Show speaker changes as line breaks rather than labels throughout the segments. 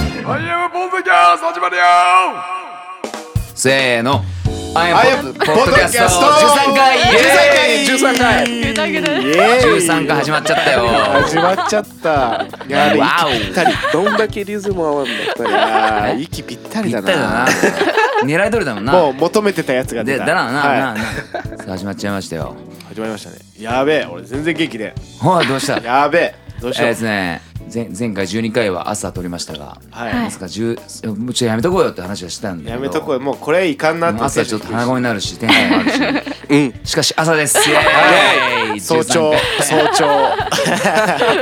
ムポッドキャスト始まるよ
せーの。アイアムポ
ポ
ッ
ッ
ド
ド
キ
キ
ャ
ャ
スト
スト
13回イエーイ
13回
ぐだぐだ
イエーイ
13回始まっちゃったよ。
始まっちゃったいやあれ
わお
息ぴったりどんだけリズム合わんだったらいや息ぴったり
ぴ
だ
った
な
りだな。狙い通りだもんな。
もう求めてたやつが
で
出
だ
た
なな
はい
なな。さあ始まっちゃいましたよ。
始まりましたねやべえ俺全然元気で
ほいどうした。え
やべえどうし
ー
よう
ですね。前前回12回は朝撮りましたが、
は
まさか10もうちょっとやめとこうよって話はしてたんだ
い
けど。
やめとこうもうこれいかんなって
朝ちょっと鼻声になるしテンションもあるし。
うん
しかし朝です。イエーイ
早朝
13
早朝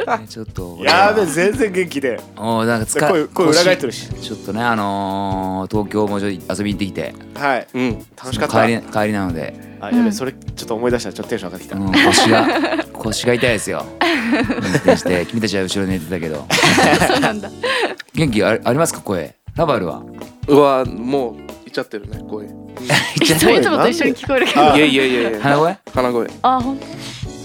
回ねちょっと
やべえ全然元気で
おーなんか疲
声声裏返ってるし
ちょっとねあのー、東京もちょい遊びに行ってきて
はい
うん
楽しかったあ
帰
や
り帰りなので、
べえそれちょっと思い出したちょっとテンション上がってきた
うん、腰 が腰が痛いですよ運転して君たちは後ろに寝てたけど
そうなんだ
元気ありありますか声ラバルは
うわもういっちゃってるね声い
いつもいつもと一緒に聞こえるけど
あ
やいやいやいや
鼻声
鼻声
あ本当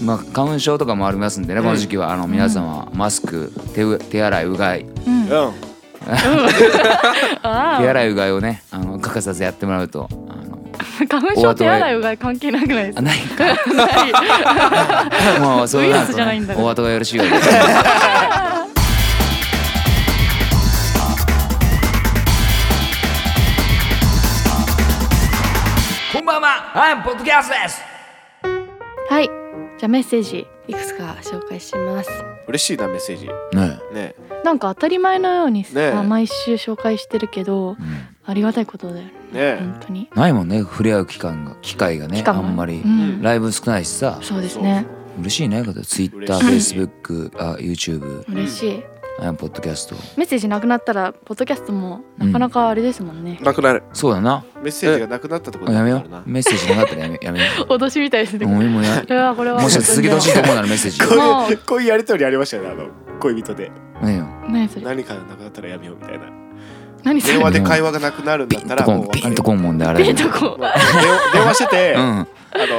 まあ花粉症とかもありますんでね、この時期はあの皆様、マスク手う手洗いうがい
うん
うんうん
あ
手
あ
洗いうがいをねあの欠かさずやってもらうとあの
花粉症手洗いうがい関係なくないです
あ
か
ないか
ない
もうそうな
ウイル
る
ス
と
じゃないん
ね
だね
お後がよろしいようで こんばんは、はい、ポッドキャストです。
はいじゃあメッセージいくつか紹介します
嬉しいなメッセージね
ね
え
なんか当たり前のようにさ、
ねえ
毎週紹介してるけど
え、
ありがたいことだよね
ねえ
本当に
ないもんね、触れ合う機間が、機会がね、
期
あ
間も
んまり
う。ん、
ライブ少ないしさ、
そうですね
嬉しいね、ツイッター、フェイ
嬉
ス
しい
ブック、あ、ユーチューブ、
嬉しい
あ、ポッドキャスト。
メッセージなくなったらポッドキャストもなかなかあれですもんね、
なくなる
そうだな、
メッセージがなくなったところ
やめよ
る
う
な。
メッセージなかったらやめ、やめよ
脅しみたいです
う。
ね
もう今や、
これはこ れは
もし続けてほしいと思うならメッセージ。
こ
も
ういううこういうやりとりありましたよねあの恋人で
ねえよ。
何それ
何かなくなったらやめようみたいな
何それ
電話で会話がなくなるんだ
ピ
っ
ン
た
と
ら
こ、
もうん別
ピ
れ
ン
る
とこんもんで、あれ。
デートこ
まあ電電話してて、
う
あ
ん、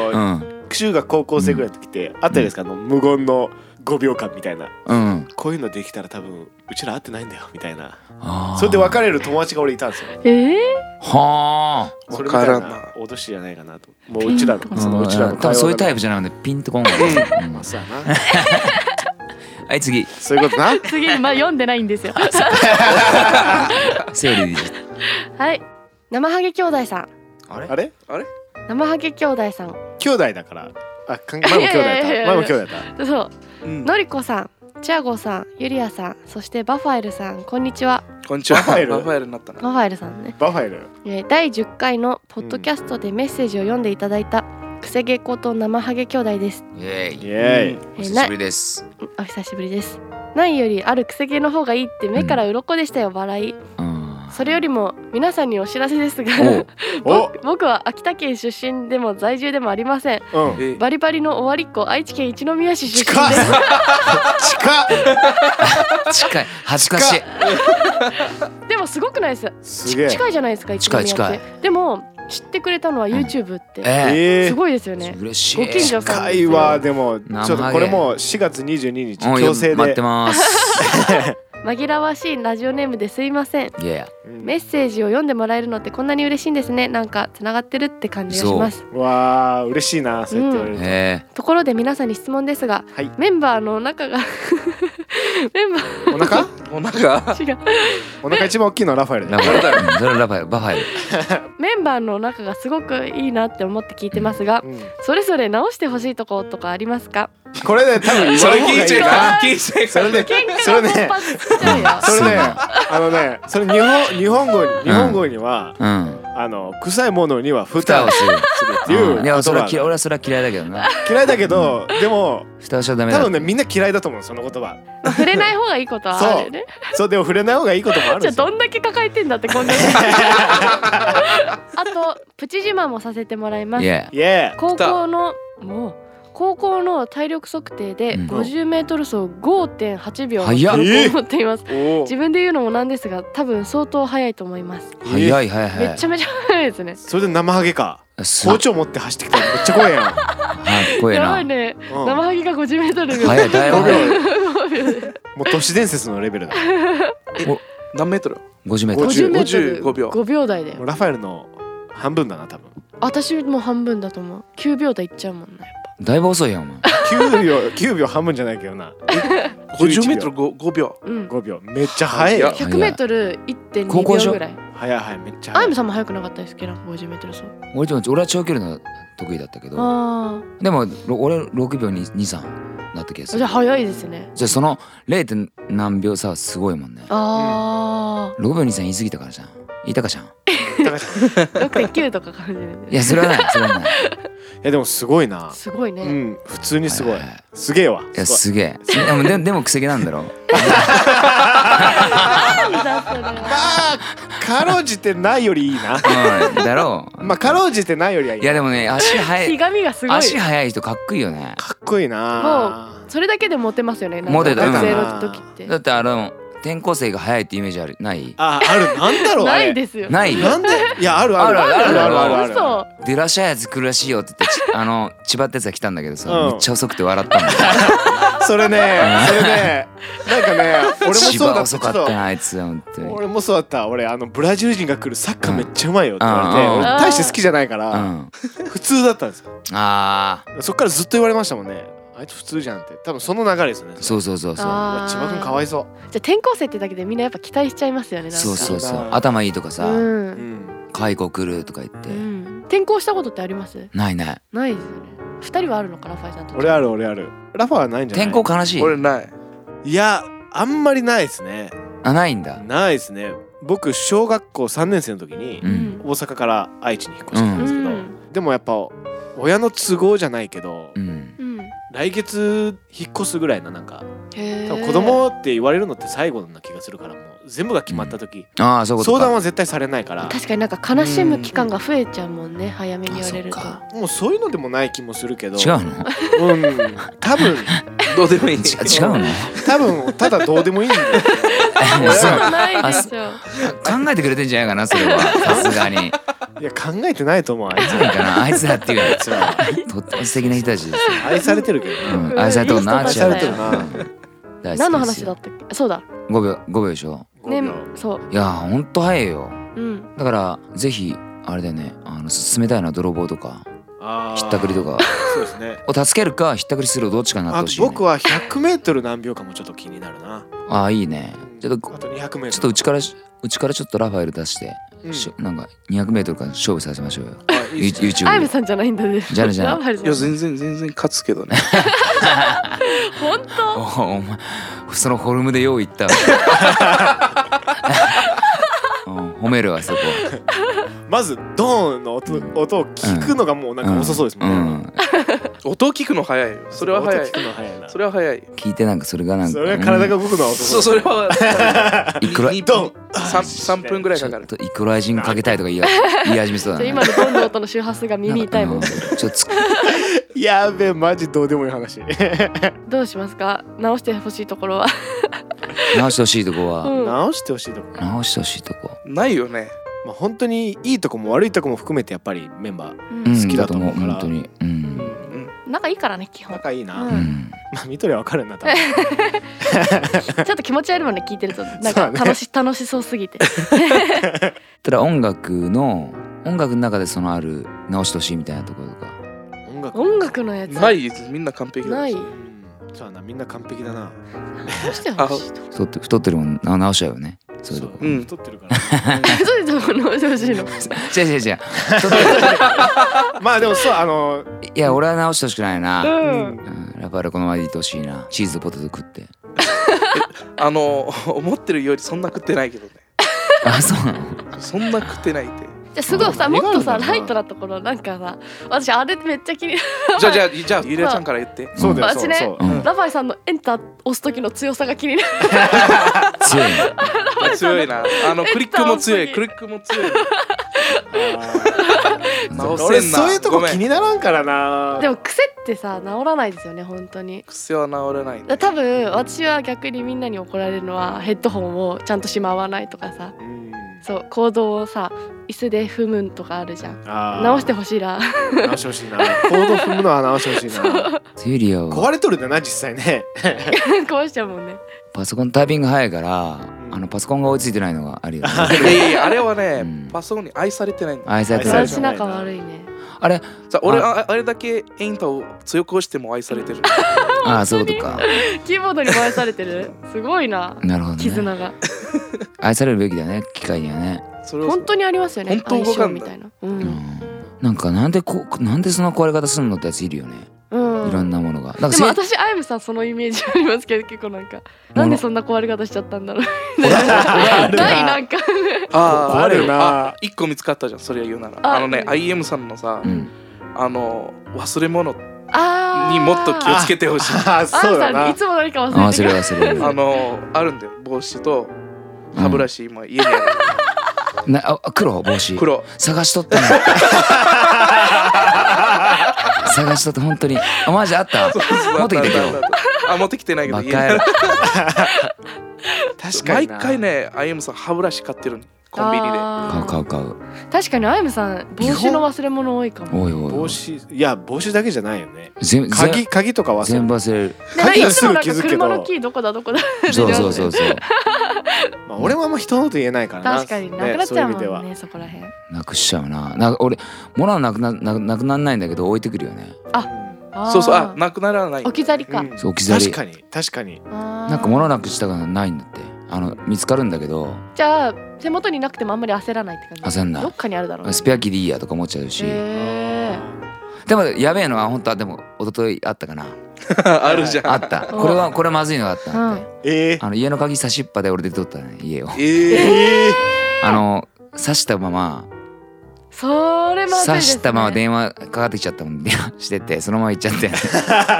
う
の、
ん、
中学高校生ぐらいの時ってあったじゃないですかあの無言の5秒間みたいな
うん。
こういうのできたら多分うちら会ってないんだよみたいな
あー
それで別れる友達が俺いたんですよ
えー、
は
それみたいな
わからんな
脅しじゃないかなともううちら
ピンと
の
あ。
そのうちら
う
の
ん多分そういうタイ
プ
プじゃなくてピンとこんがうん
まあそうやな
はい次
そういうことな
次まあ読んでないん ですよ
セオリー
はい。生ハゲ兄弟さん。
あれ
あれ
生ハゲ兄弟さん。
兄弟だからあ関係前も兄弟だっ
いやいやいやい
た
や
前も兄弟だった
そう。
うん
のりこさん、チアゴさん、ゆりやさん、そしてバファエルさん、こんにちは。
こんにちは
バファエル
バファエルになったな
バファエルさんね。
バファエル
えー第10回のポッドキャストでメッセージを読んでいただいた、クセゲコと生ハゲ兄弟です。
イエー
イ
イ
エーイ
お
えー
久
な
しぶりです
お久しぶりです。何よりあるクセゲの方がいいって目から鱗でしたよ、笑い。
うん
それよりも皆さんにお知らせですが、
お
僕僕は秋田県出身でも在住でもありません。
うん
え
バリバリの終わりっ子愛知県一宮市出身
近っ
です。
近っ
近い恥ずかしい
でもすごくないです
すげえ
近いじゃないですか一
近い
宮ってでも知ってくれたのは YouTube って、
え
え
す
ー
ごいですよ
え
ね
嬉し
ご近
い
所さん
近
です
い
よ
わでもち
生ハゲ
ょっとこれもう4月22日
おい
強制
待っ
で
てます
紛らわしいラジオネームですいません
イエ
うん
メッセージを読んでもらえるのってこんなに嬉しいんですねなんかつながってるって感じがします
わあ嬉しいなそうやって言わ
ー
れる
イ
と
え
ところで皆さんに質問ですが、
はい
メンバーの中が メンバー
お
お
腹
腹
違う
お腹一番大きいのはラファエル
ー
だ
ラ
よ
ファエルうんそれはラファエルバファエル
メンバーの中がすごくいいなって思って聞いてますが
うん
それぞれ直してほしいとことかありますか
これね多分 言
そ
わ
れ
ない方
聞
が
い
い
ちゃ
い
いか
なん
聞いちゃい
そ
かん
れね
喧嘩
それ
が勃
ね
発しちゃうよ
それ
そう
ね
なの
あのねそれ日本日本語に日本語には
うん
あの臭いものには蓋
蓋
を
を
す
する
るっていう
うんい
言葉
やそれは
が
嫌い俺はそれは嫌いだけどな
嫌いだけどでも
蓋をしちゃダメ
多
だ
分ねみんな嫌いだと思うその言葉
まあ触れない方がいいことはあるよね
そうでも触れない方がいいこともあるん
じゃ
で
あ
すよ
どんだけ抱えてんだってこんなに あとプチ自慢もさせてもらいま
イ
す
エ
イエ
高校のもう高校の体力測定で
うん
50m 走5.8秒の記
早っ
録を持っています
ーお
自分で言うのもなんですが多分相当速いと思います
ー早い早い早
め
い
ちゃめちゃ速いですね
それで生ハゲか
すご
包
い
丁持って走ってきたらめっちゃ怖 いやん
怖い
やば
ない
ね
うん
生ハゲが 50m で
早いだいぶ早い
もう都市伝説のレベルだ。
何メートル
50メートル
50
50メート
55
ル
秒
5秒台だ
も
よ
うラファエルの半分だな多分
私も半分だと思う9秒台いっちゃうもんなやっ
だいぶ遅いやんお前
9秒9秒半分じゃないけどな
50メートル5 5秒
ぱうん
5秒めっちゃ速いよ
い
や
100メートル
高校でし
1.2
ょ
秒ぐらい
速い速いめっちゃ
アイ
速
ム
い
さんも速くなかったですっけど50メートル走あ
俺でも俺は長距離の得意だったけど
あ
でもろ俺6秒23なった気がす
ーじゃ
る
あ速いですね
じゃあその 0. 何秒差はすごいもんね
あ
6秒23言い過ぎたからじゃん言いたかじゃん
あ6.9とか感じる
いやそれはないそれはない
い やでもすごいな
すごいうね
ん普通にすごい
はいはい
すげえわ
いや
す
すげえでもででもくせ毛なんだろ
ごい
なんだそれは
かろうじてないよりいいな
うんだろ う
まあかろうじてないよりはいい
いやでもね足速
ひ
い
がみがすごい
足速い人かっこいいよね
かっこいいな
それだけでモテますよねなんか
モテた
学生の時って
だってあの転校生が速いってイメージあるない
ああるなんだろうあ
な
れ
いですよ
ない
なんでいやあるある
あるあるある
ある
嘘
出らっしゃいやつ来るらしいよって言 ってちあの千葉ってやつが来たんだけどさ、
う
め
ん
っちゃ遅くて笑ったんだよ
それねそれねなん かね 俺も
千
そうだ
葉
ったち
遅
ょ
か
っ
った
と
なあいつ本当に
俺もそうだった俺あのブラジル人が来るサッカーめっちゃうまいよって言われて、
うん
俺大して好きじゃないか
う
ら、
ん
普通だったんですよ
あ
そっからずっと言われましたもんねあいつ普通じゃんって多分その流れですよね
ーそうそうそうそう
うわ
あ
千
ー
葉君かわいそ
じゃあ転校生ってだけでみんなやっぱ期待しちゃいますよねなんか
そうそう
なん
そ
か
う頭いいとかさ、
う
う、うんん、
解雇来るとか言って、
うん転校したことってあります
ないない
ないですよね二人はあるのかラファイさんと
俺ある俺あるラファはないんじゃない
転校悲しい
俺ない
いやあんまりないですね
あないんだ
ないですね僕小学校3年生の時に
う
うんん
大阪から愛知に引っ越してきたんですけど、
うん
でもやっぱ親の都合じゃないけど、
うん
うん
来月引っ越すぐらいななんか
へ
多
ー
分子供って言われるのって最後な気がするからもう全部が決まった時、
ああそういうこと
相
か
談は絶対されないから
確かになんか悲しむ期間が増えちゃうもんね早めに言われると
あそっか
もうそういうのでもない気もするけど
違う の
うん多分
どうでもいい
ち違うの
多分ただどうでもいいんだよ
そん
そう
なないでしょ
考えてくれてんじゃないかなそれはさすがに
いや考えてないと思うあいつ
ないかなあいつらっていうや
あいつら
つとっても素敵な人たちですよ、
愛されてるけど
う
な、
うん
ん、愛されてるな
愛
されてる
千
な
葉うん大好きですよ
何の話だったっけそうだ
5秒5秒でしょ
ね
5秒
そう
いやーほんと早いよ
うん
だからぜひあれだよねあの進めたいのは泥棒とか
あー
ひったくりとか
そうですね
を助けるかひったくりするどっちかになって
あ
ほしい、ね、
僕は 100m 何秒かもちょっと気になるな
あーいいねちょっと
あと 200m
ちょっとうちからしうちからちょっとラファエル出して、
うん
しょなんか 200m から勝負させましょうよ
あいいっすね
YouTube
アイム
で
さんじゃないんだね
じゃあねじゃあね
ラファエルさ ん
いや全然全然勝つけどね
本
お
当
お前そのフォルムでよう言った わうん褒めるわそこ
まずドーンの音音を聞くのがもうなんか遅そうですもんね、
ん、
音を聞くの早いよそれは早い
音聞くの早いな
それは早い
聞いてなんかそれがなんか
それは体が動くのは遅
そ
そう
うそれ は
いくら
に
ドン
三三分ぐらいかかる
ちょっとイクライジングかけたいとか 言いや言い始めそうだ
じゃあ
ね
今のどんどん音の周波数が耳痛い
う
も
んんちょっとつ
やべえマジどうでもいい話
どうしますか直してほしいところは
直してほしいとこは、
うん
直してほしいとこ
直してほしいとこ、
ないよね
まあ本当にいいとこも悪いとこも含めてやっぱりメンバー
うん
うん、
好きだと思うか
だ
ら
と本当にうん、
う
うん
ん
仲いいからね基 本
仲いいな、
うん
うん、
まあ見とりゃ分かるな多分
ちょっと気持ち悪いもんね聞いてるとなん
そう
か
だね
楽し楽しそうす ぎて
ただ音楽の音楽の中でそのある直してほしいみたいなところとか
音楽
音楽のやつ
ないみんな完璧だ
ない
うんそうだなみんな完璧だな
どうしてほしいと
太って太ってるもんな直しちゃうよねそういうとこ
うん
太ってるから
どういうところ直してほしいの
違う違う違う
まあでもそうあの
いや俺は直してほしくないな、
うん
うん、ラパルこのままでいてほしいなチーズとポテト食って
あの 思ってるよりそんな食ってないけどね
あそうなの
そんな食ってないって
じゃあす ごいさ
あ
もっとさ
何があ
ラ
る
イ
ん
ト
だ
なところなんかさ私あれめっちゃ気に
じゃあじゃあじゃあゆりあちゃんから言 って
そうだよ
私
そう
ね
そう
うん
うん
ラファイさんのエンター押す時の強さが気になる
強いね
強いなあ のクリックも強いクリックも強い直せんな
俺 そういうと
ご
こ
めん
気にならんからな
でも癖ってさ治らないですよね本当に
癖は治ら ないね
だ多分私は逆にみんなに怒られるのはヘッドホンをちゃんとしまわないとかさ
うん
そう行動をさ椅子で踏むんとかあるじゃん
あー
直してほしいな
直してほしいな行動踏むのは直してほしいな
セリアは
壊れとるんだな実際ね
壊しちゃうもんね
パソコンのタイピング早いからあのパソコンが追いついてないのがある よね
いやいやいやあれはね、
うん
パソコンに愛されてないんだ
愛されて
そ
な
う
い
で
私
す
じゃん
ね
仲悪いね
あれ
さ俺
あ
ああれだけエインタを強く押しても愛されてる
ああそういうことか
キーボードに燃やされて るすごいな
なるほどね
絆が
愛されるべきだね機械にはね
それを
本当にありますよね
本当動かん
み
だ
たいなう、
うんんなんかなんでこなんでその壊れ方すんのってやついるよね
うん、
いろんなものがなんか
で
せ
も私アイムさんそのイメージありますけど結構なんかなんでそんな壊れ方しちゃったんだろうないなんか
あー
あるな
あ一個見つかったじゃんそれ言うなら
あ
あのね
うん
IM さんのさ、
うん
あの忘れ物に
あー
もっと気をつけてほしい
ああ
ア イ
そう
ム
だ
さん
ない
つも何か
あ
忘
忘
れ
れ
てる
忘れ
あのあるんだよ帽子と歯ブラシ、今家にある
なあ黒帽子
黒
探しとったの探しとった本当にあマジあった 持ってきてくれよ
あ持ってきてないけど
バ
家に
カ野郎
確か
毎
にな
回ね IM さん歯ブラシ買ってるのコンビニで
買う買
う
う買う
確かにアイムさん帽子の忘れ物多いかも
おいおいお
帽
い
子いや帽子だけじゃないよね
全
鍵鍵とか忘れ
全
る
部忘れる
でなんか
鍵
い
は
つ
すぐ
もなん
気
か
づくけ
車の
ど
キーどこだどこだ
そうそうそうそう
まあ俺もあんま人のこと言えないからな
確かになくな
ね
っちゃうも
そういう意
ん
味では
ねそこらへん
なくしちゃうななんか俺物はなくなななくなんないんだけど置いてくるよね
そうそうあなくならない
置き去り
う
か
んうん
そう置き去り
確かに確かに
な
なんか物なくしたくないんだってあの見つかるんだけど
じゃあ手元になくてもあんまり焦らないって感じ
焦んない
どっかにあるだろうね
スペアキでいいやとか思っちゃうし
へー
でもやべえのは本当はでも一昨日あった かな
あるじゃん
あったこれはこれまずいのがあったんで
えー
あの家の鍵差しっぱで俺出とったね家を
ええ
え
あの差したまま
それまずい
差
ですね
したまま電話かかってきちゃったもん電話 しててそのまま行っちゃって
あ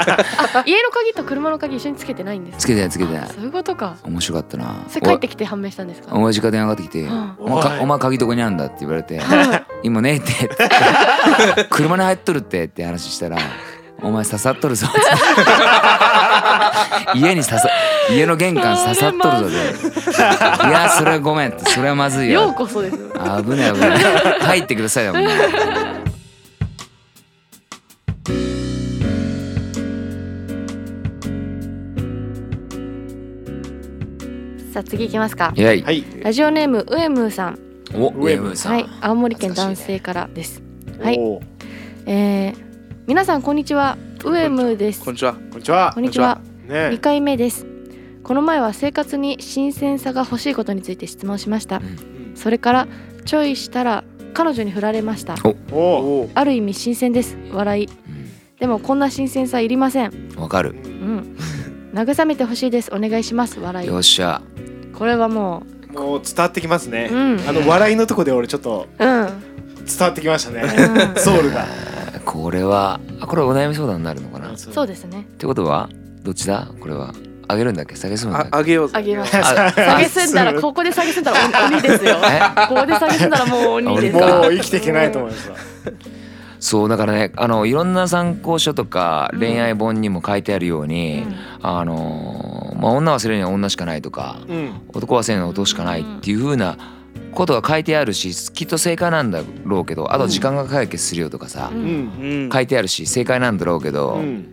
家の鍵と車の鍵一緒につけてないんです
つけてないつけてな
あ
い
そういうことか
面白かったな
それ帰ってきて判明したんですか
お親父から電話かかってきて
うん
お前か
おい
お前鍵どこにあるんだ?」って言われて
はい
「今ねえっ て」車に入っとるって」って話したら「お前刺さっとる ぞ」家に刺さ家の玄関刺さっとるぞ」で「いやそれはごめん」って「それはまずい
よう
よ」
こそですよ
危ない危ない入ってくださいよもう
さあ次行きますか
イエイ
ーはい
ラジオネームウエムーさん
おウ
ウ
ェ
ェ
ブ
ブ
さん、
はい青森県
懐か
男
しいね
性からですはい
おー
えー皆さんこんにちはウエムーです
こん
こ
にちは
こんにちは
んにちは
ね
2回目ですこの前は生活に新鮮さが欲しいことについて質問しました
うん
それからちょいしたら彼女に振られました
おー
お
ある意味新鮮です笑いでもこんな新鮮さいりません
うんわかる
うん慰めてほしいですお願いします笑い
よっしゃ
これはも
もう伝わってきます
う
ね
うん
あの笑いのとこで俺ちょっと
うん、
伝わってきました
う
ね
ん、
ソウルが
これはあこれお悩み相談になるのかなっ
そう
で
ですね
てことはどっちだこれはあげるんだっけ下げすんだっ
あ
け
あげようぜ
あげます
あ
下げすんだらここで下げすんだら鬼ですよ
え
ここで下げすんだらもう鬼です
あ
もう生きていけないと思いますわ
そうだからねあのいろんな参考書とか
うん
恋愛本にも書いてあるよう
う
に、
ん
あのーまあ、女は忘れるには女しかないとか
うん
男は忘れるのは男しかないっていう風なことが書いてあるしきっと正解なんだろうけどあと時間が解決するよとかさ、
う
うんん
うん
書いてあるし正解なんだろうけど、
うん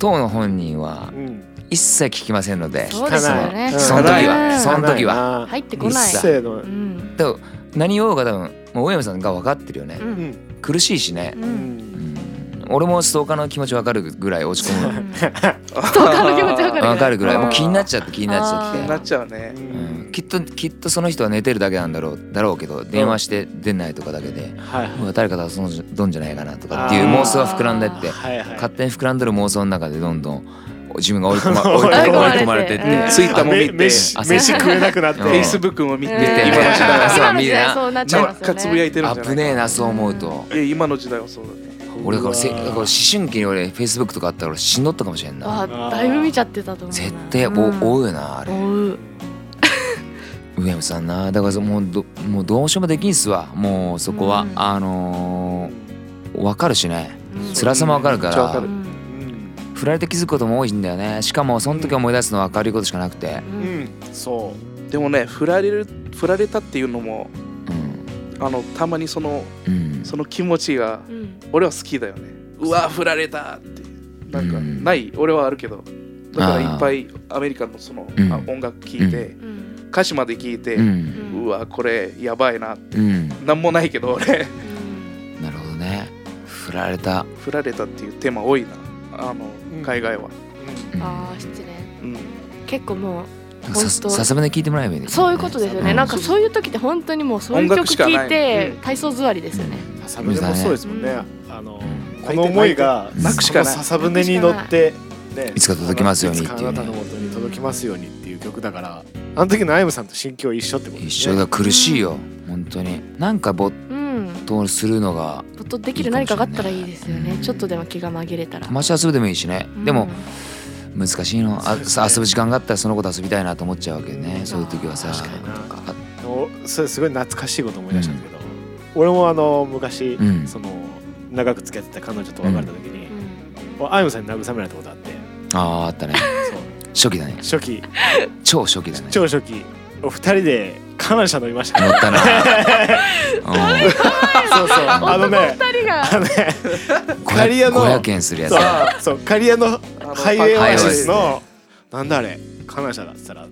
当の本人は
うん
一切聞きませんので
そうですよね
汚い
その時は
うん
その時は
は
入ってこな
う
い
っさ
せーの
うん
でも何を多分もう上山さんが分かってるよね
う、
うんん
苦しいしね、
う
う
んん
うん俺もストーカーの気持ち分かるぐらい落ち込む
ストーカーの気持ちわかる
分かるぐらい
あー
もう気になっちゃって気になっちゃっ
あー
て
なっちゃうね
うんきっときっとその人は寝てるだけなんだろうだろうけど電話して出ないとかだけで、
はいう
わ誰かと遊んどんじゃないかなとかっていう
あー
妄想が膨らんでって
はいはい
勝手に膨らんでる妄想の中でどんどん自分が追い込,、ま、追い
追い
込
込ま
ま
れて
追い込まれてって、
うん
ツイッターも見
め
て
飯
あ
飯食えなくなって
うん
フェイスブックも見て
うん
見て
今の時代は
そう
今の時代
見てな
そうなっちゃいま
若
す
干
よ
つぶや
ね
いてるんじゃな
危
い
ねえなそう思うと、
え今の時代はそうだね
俺だからせ
う
だ
わ
から
ー
思春期に俺フェイスブックとかあったら俺死んどったかもしれんな
わあだいぶ見ちゃってたと思うな
絶対もう追うよなあ
う
れ
ん追う
上山さんなだからもうどもうどうしようもできんすわもうそこは、
うん
あのー、分かるしね
うん
辛さもわかるか
めっちゃわ
ら
か
う
る
ん
うん
振られて気づくことも多いんだよねしかもその時思い出すのは明るいことしかなくて、
う
うんんそ
でもね振られる振られたっていうのも
うん
あのたまにその
うん、
その気持ちが
うん
俺は好きだよねうわ振られたってなんか
うん
ない俺はあるけどだから
あー
いっぱいアメリカのその、
うん
あ音楽聴いて、
うん
歌詞まで聞いて、
う
うん
ん
わこれやばいな
うん
なんもないけど俺
うん
なるほどね振られた、
振られたっていうテーマ多いなあの、
うん
海外は、
うん、
ああ失恋
うん
結構も
なんかさ
本当
さすがに聞いてもらえばいいんだ
う
けど
そういうことですよね、
うん
なんかそういう時って本当にもうそういう曲
音楽しかない
聴いて、
うん
体操座りですよね、
サムネもそうですもんね
う。
あの
うん
この思いが
泣くし
かない
この笹舟に乗って。ね
いつか届きますようにっていう
あ
ね
のいつかあなたの元に届きますようにっていう曲だからあの時のアイムさんと心境一緒ってことです
一
ね
緒だ苦しいよ本当になんか没
うん
頭するのが
ぼっとできる何かがあったらいいですよね
うん
ちょっとでも気が紛れたら、
友達と遊ぶでもいいしね、
うん
でも難しいのあ
そうですね
遊ぶ時間があったらそのこと遊びたいなと思っちゃうわけねそういう時はさ
確かにな
なんか
おそれすごい懐かしいこと思い出したんだけど、俺もあの昔、
うん
その長く付き合ってた彼女と別れた時に
う、ん
俺アイムさんに慰められたことあって
あーあったね
そ
初
う
期だね
初期
超初期だね
超初期お二人で感謝飲みました
乗
ね
った な
そうそうあのね
二人が
あのね
うん
カリアの
500円するやつ
そう
だ
そうカリアの
あの
ハイウェイオアシス
ハイウェイ
のなんだあれ感謝だっつったら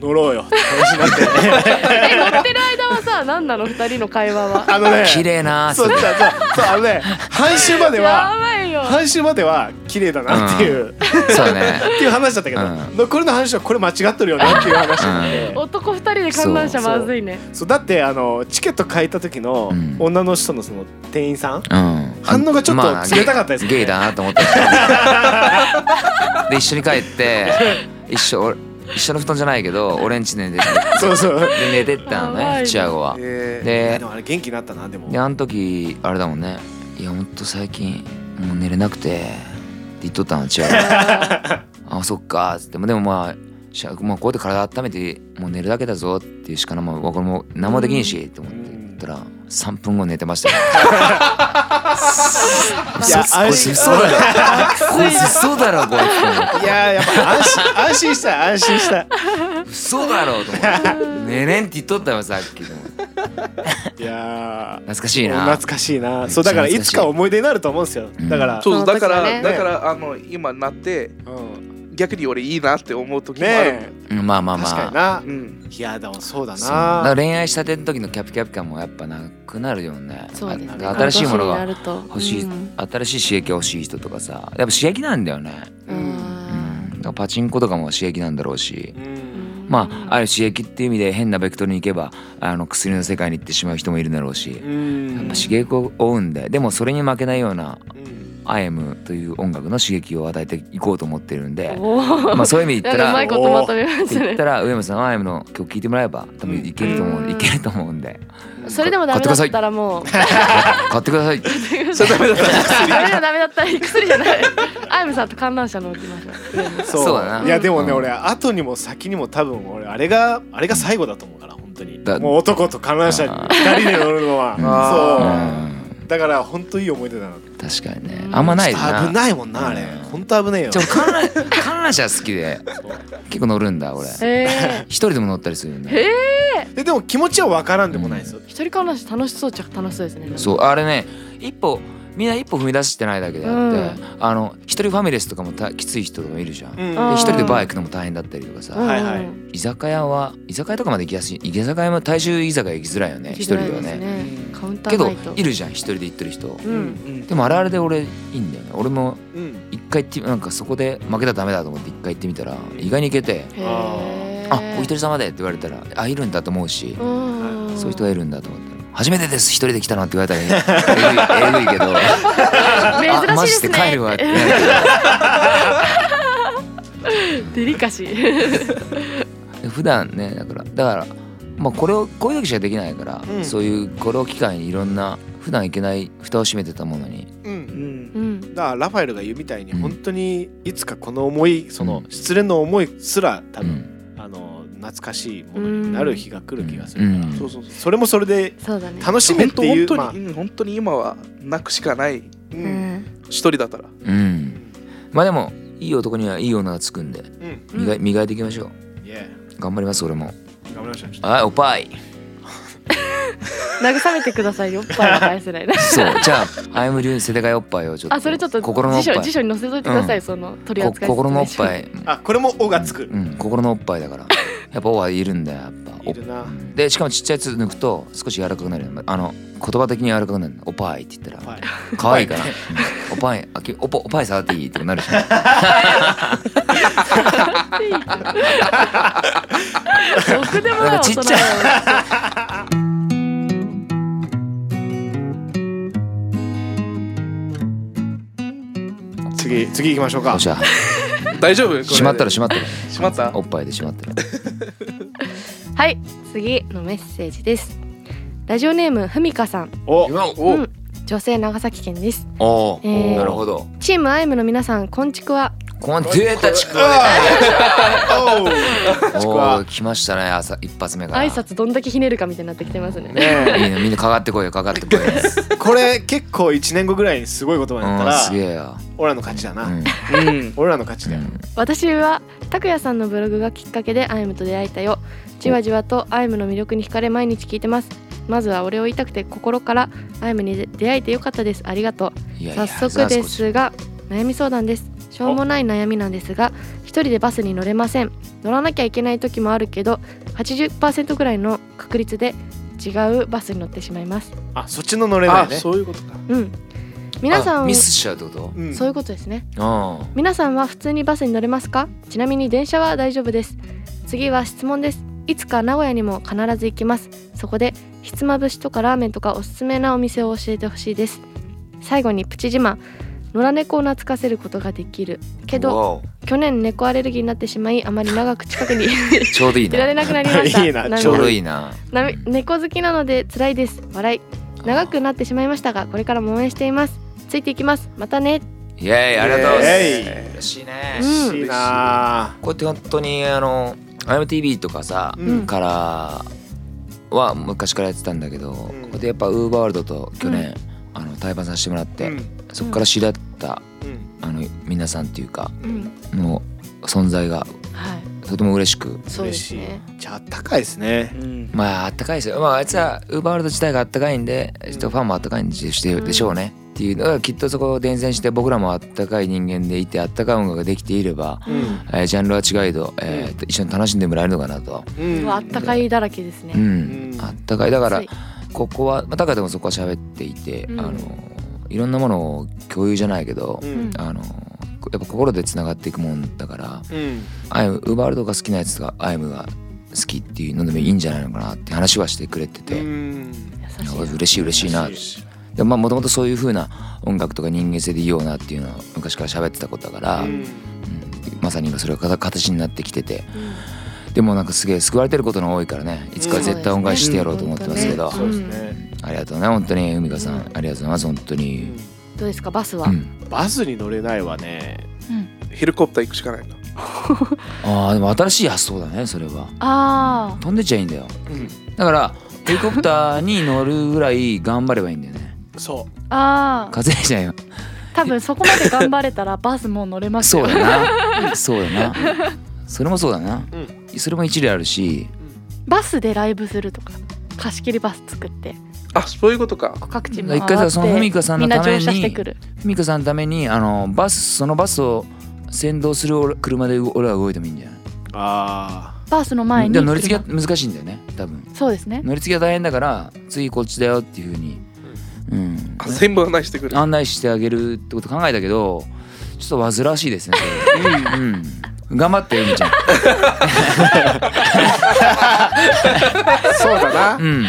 乗ろうよって話になって
え乗ってる間はさ何なの二人の会話は
あのね
綺麗な
そうそうそうそうあのね半周まで
や
は
ばいよ
半周までは綺麗だなっていう、
そうね
っていう話だったけど、
うん
残りの話はこれ間違ってるよねっていう話で、
男二人で観覧車まずいね
そうだってあのチケット買えた時の
うん
女の人のその店員さん、
うん
反応がちょっと冷たかったですね
ゲイだなと思ったで一緒に帰って一緒俺一緒の布団じゃないけど俺ん家で寝て
そうそう
で寝てったの
やばい
ね
ね
チアゴは
えー
で
でもあれ元気になったなでも
であの時あれだもんねいやほんと最近もう寝れなくてって言っとったのチアゴがあそっかっつってでもまあしゃまあこうやって体温めてもう寝るだけだぞっていうしかなもうこれも何もできんしと思って言ったら3分後寝てましたよ
いや
嘘
あれ
こいつ嘘だろこいつ嘘だろこい
いやーやっぱ安心安心した安心した
つ嘘だろと思っ て寝れんって言っとったよさっきと思って
いや
懐かし
ー
いな
懐かしい
めっ
な
ちゃ
そうだから
懐
い
かしい
つか思い出になると思うんですよ
うん
だから、
そうだから、
その時はね
だからあの今なって
うん
逆に俺いいなって思う時もあるもん
ね
うんまあま
え
あまあ
確かにな
うん
いやーでもそうだ
そうだから
な
恋愛したての時のキャピキャピ感もやっぱなくなるよね
そうですね
あ新しいものが
欲
欲しい、新しい刺激が欲しい人とかさやっぱ刺激なんだよね、うん、だからパチンコとかも刺激なんだろうし
うん
まあある刺激っていう意味で変なベクトルに行けばあの薬の世界に行ってしまう人もいるだろうしやっ
うん
ぱ刺激を追うんででもそれに負けないような
うん
「アイムという音楽の刺激を与えていこうと思ってるんで、
おー
まあ、そういう意味で言 った
なんからうまいことまとめま
っ
してた
言っ
ね
たら上山さん「アイムの曲聴いてもらえば多分いけると思う、
うん
いけると思うんで
それでもダメだったらもう
買ってください
それダメだったら
ダメだダメだったら薬じゃないアイムさんと観覧車乗ってましょ
そう
そうだない
やでもね、
うん
俺後にも先にも多分俺あれがあれが最後だと思うから本当に
だ
もう男と観覧車に
あー
二人で乗るの は
あ
う
そうだから本当いい思い出だなち
ん確かにね
うん
あんまない
ょ
な
っと危ないもんなあれ
うん
本当危ねえよ
ちょ観覧観覧車好きで
そう
結構乗るんだ俺
うえ
一人でも乗ったりするよ
え
ね
ででも気持ちは分からんでもないですよ
一人観覧車楽しそうっちゃ楽しそうですね
そうあれね一歩みんな一歩踏み出してないだけであって、あの一人ファミレスとかもたきつい人とかもいるじゃん、で
うん
あー
一人でバー行くのも大変だったりとか
うん
さ、
はいはい
行
居酒屋は居酒屋とかまで行きやすい居酒屋も大衆居酒屋行きづらいよね一
き
人
づ
で
らい
は
です
ね
ね
うん
カウンタ
け
ー
ど
ないと
いるじゃん一人で行ってる人
う
うん
ん
うん
でもあれあれで俺いいんだよね俺も
うん
一回行ってなんかそこで負けたらダメだと思って一回行ってみたら意外に行けて
へえ
「あお一人様で」って言われたら「あいるんだ」と思うし、
うん
そういう人がいるんだと思ったら初めてです一人で来たな」って言われたらえぐいえぐい けどあマ
珍
ジ
しい
で
です
帰るわ」っ
ね
てなるけ
デリカシー
ど普段ねだからだから、まあ、これをこういう時しかできないから、
うん
そういうこれを機会にいろんな普段行けない蓋を閉めてたものに
う
うんん
うん
だからラファエルが言うみたいに
うん
本当にいつかこの思いそうの
ん
失恋の思いすら多
う
分
ん
あの懐かしいものになる日が来る気がす
う
る
ん
から
そうそうそう
それもそれで
そうだね
楽しめってい
本
う
当
ま
本当に、うん本当に今はなくしかない
あう
うんん
一人だから
うん、まあでもいい男にはいい女がつくんで
うん
磨い磨いていきましょう
いや
頑張ります俺も
頑張りましょうちょっと
はいおっぱい
慰めてくださいよおっぱいは返せないな
そうじゃあアイム流世田谷おっぱいをちょっと
あそれちょっと
心のお
辞
っぱい
書辞書に載せといてください、
うん
その取
こ
り 扱い説明書
心のおっぱい
あこれも「お」がつく
うん心のおっぱいだからやっぱ尾はいるんだよやっぱ
いるな
うんでしかもちっちゃいやつ抜くと少し柔らかくなるよあの言葉的に柔らかくなるのおっぱいって言ったら
はい
可愛いからうんおっぱいあきおっぱおっぱい触っていいってなるじゃん
僕でもない大人だよ
次次行きましょう
お
か
っしゃ
大丈夫
閉まったら閉まったら
閉まった
おっぱいで閉まったら
はい次のメッセージですラジオネームふみかさん
お
お、
うん女性長崎県です
おお、
えー
なるほど
チームアイムの皆さんこんちくわ
このデータちくわ
あおう
ね
ちく
お
わ
お来ましたね朝一発目から
挨拶どんだけひねるかみたいになってきてますね
ね
いいねみんなかかってこいよかかって こいよ
えこれ結構1年後ぐらいにすごい言葉になった
うん
ら
すげえよ
俺らの勝ちだ
う
な、
ん
うん、
俺らの勝ち
う
だよ、
ん
私は拓也さんのブログがきっかけでアイムと出会えたよじわじわとアイムの魅力に惹かれ毎日聞いてますまずは俺を言いたくて心からアイムに出会えてよかったですありがとう
いやいや
早速ですが悩み相談ですしょうもない悩みなんですが一人でバスに乗れません乗らなきゃいけない時もあるけど80%ぐらいの確率で違うバスに乗ってしまいます
あそっちの乗れな
あ
いね
そういうことか
うん皆さ
あ
ん
ミスしちゃうってこと
うん
そういうことですね
あ
皆さんは普通にバスに乗れますかちなみに電車は大丈夫です次は質問ですいつか名古屋にも必ず行きますそこでひつまぶしとかラーメンとかおすすめなお店を教えてほしいです最後にプチ自慢野良猫を懐かせることができるけ
ど
ど去年猫アレルギーになってしまいあまり長く近くに
ちょうどいい
いられ
な
なくなりました
いいな
涙
ちょうどいいな
な猫好きなので辛いです笑い長くなってしまいましたがこれからも応援していますついていきますまたね
イエーイありがとうございま
イエ
す嬉しいね
うん
嬉しいな
こうやって本当にあの IMTV とかさ
う
うん
からは昔からやってたんだけどこ
ん
こでやっぱウーバーワールドと去年あの対バンさせてもらって
うん
そこから知り合った
うん
あの皆さんっていうか
うん
の存在が
はい
とても嬉しく
そうで
嬉
す
し
ね
いじゃああったかいですね
うん、
まああったかいですよまああいつはウーバーワールド自体があったかいんで、えっとファンもあったかいんでしてるでしょうね、っていうのがきっとそこを伝染して僕らもあったかい人間でいてあったかい音楽ができていれば、
うん
えージャンルは違いど、えーと一緒に楽しんでもらえるのかなと、
うん
うわあったかいだらけですね、
うん
うん
あったかいだから
つい
ここは、まあ、だからでもそこは喋っていて、
うん
あのいろんなものを共有じゃないけど、
うん
あのやっぱ心でつながっていくもんだから
うん
アイムウーバーワールドが好きなやつがアイムが好きっていうのでもいいんじゃないのかなって話はしてくれてて。
うん
優しい
いや嬉しい嬉しいなってでもともとそういう風な音楽とか人間性でいいようなっていうのは昔から喋ってたことだから、
う
うん
ん
まさに今それが形になってきてて、でもなんかすげえ救われてることの多いからねいつか絶対恩返ししてやろうと思ってますけど、
そうですね
ありがとうね本当に海香さん、ありがとうございます本当に、
どうですかバスは、
うん
バスに乗れないはね
ヘリコプター行くしかないな
ああでも新しい発想だねそれは
あ
飛んでっちゃいいんだよ
うん
だからヘリコプターに乗るぐらい頑張ればいいんだよね
そ
あああ
風邪じゃんよ
多分そこまで頑張れたらバスも乗れます
そ
よ
うだなそうだなそれもそうだな、
うん
それも一理あるし
バスでライブするとか貸し切りバス作って
あそういうことか
各地
一
回って
回さそのふみかさん
み
の
んな
ため
乗車して
に
くる
ふみかさんのためにあのバスそのバスを先導する俺車で俺は動いてもいいんじゃな
うあ
バスの前
い
に
でも乗り継ぎは
車
難しいんだよね多分
そうですね
乗り継ぎは大変だから次こっちだよっていうふうに、うん
あ全部案内してくる
案内してあげるってこと考えたけどちょっと煩わしいですねそれうん頑張ってよみちゃん
あそうだ
うん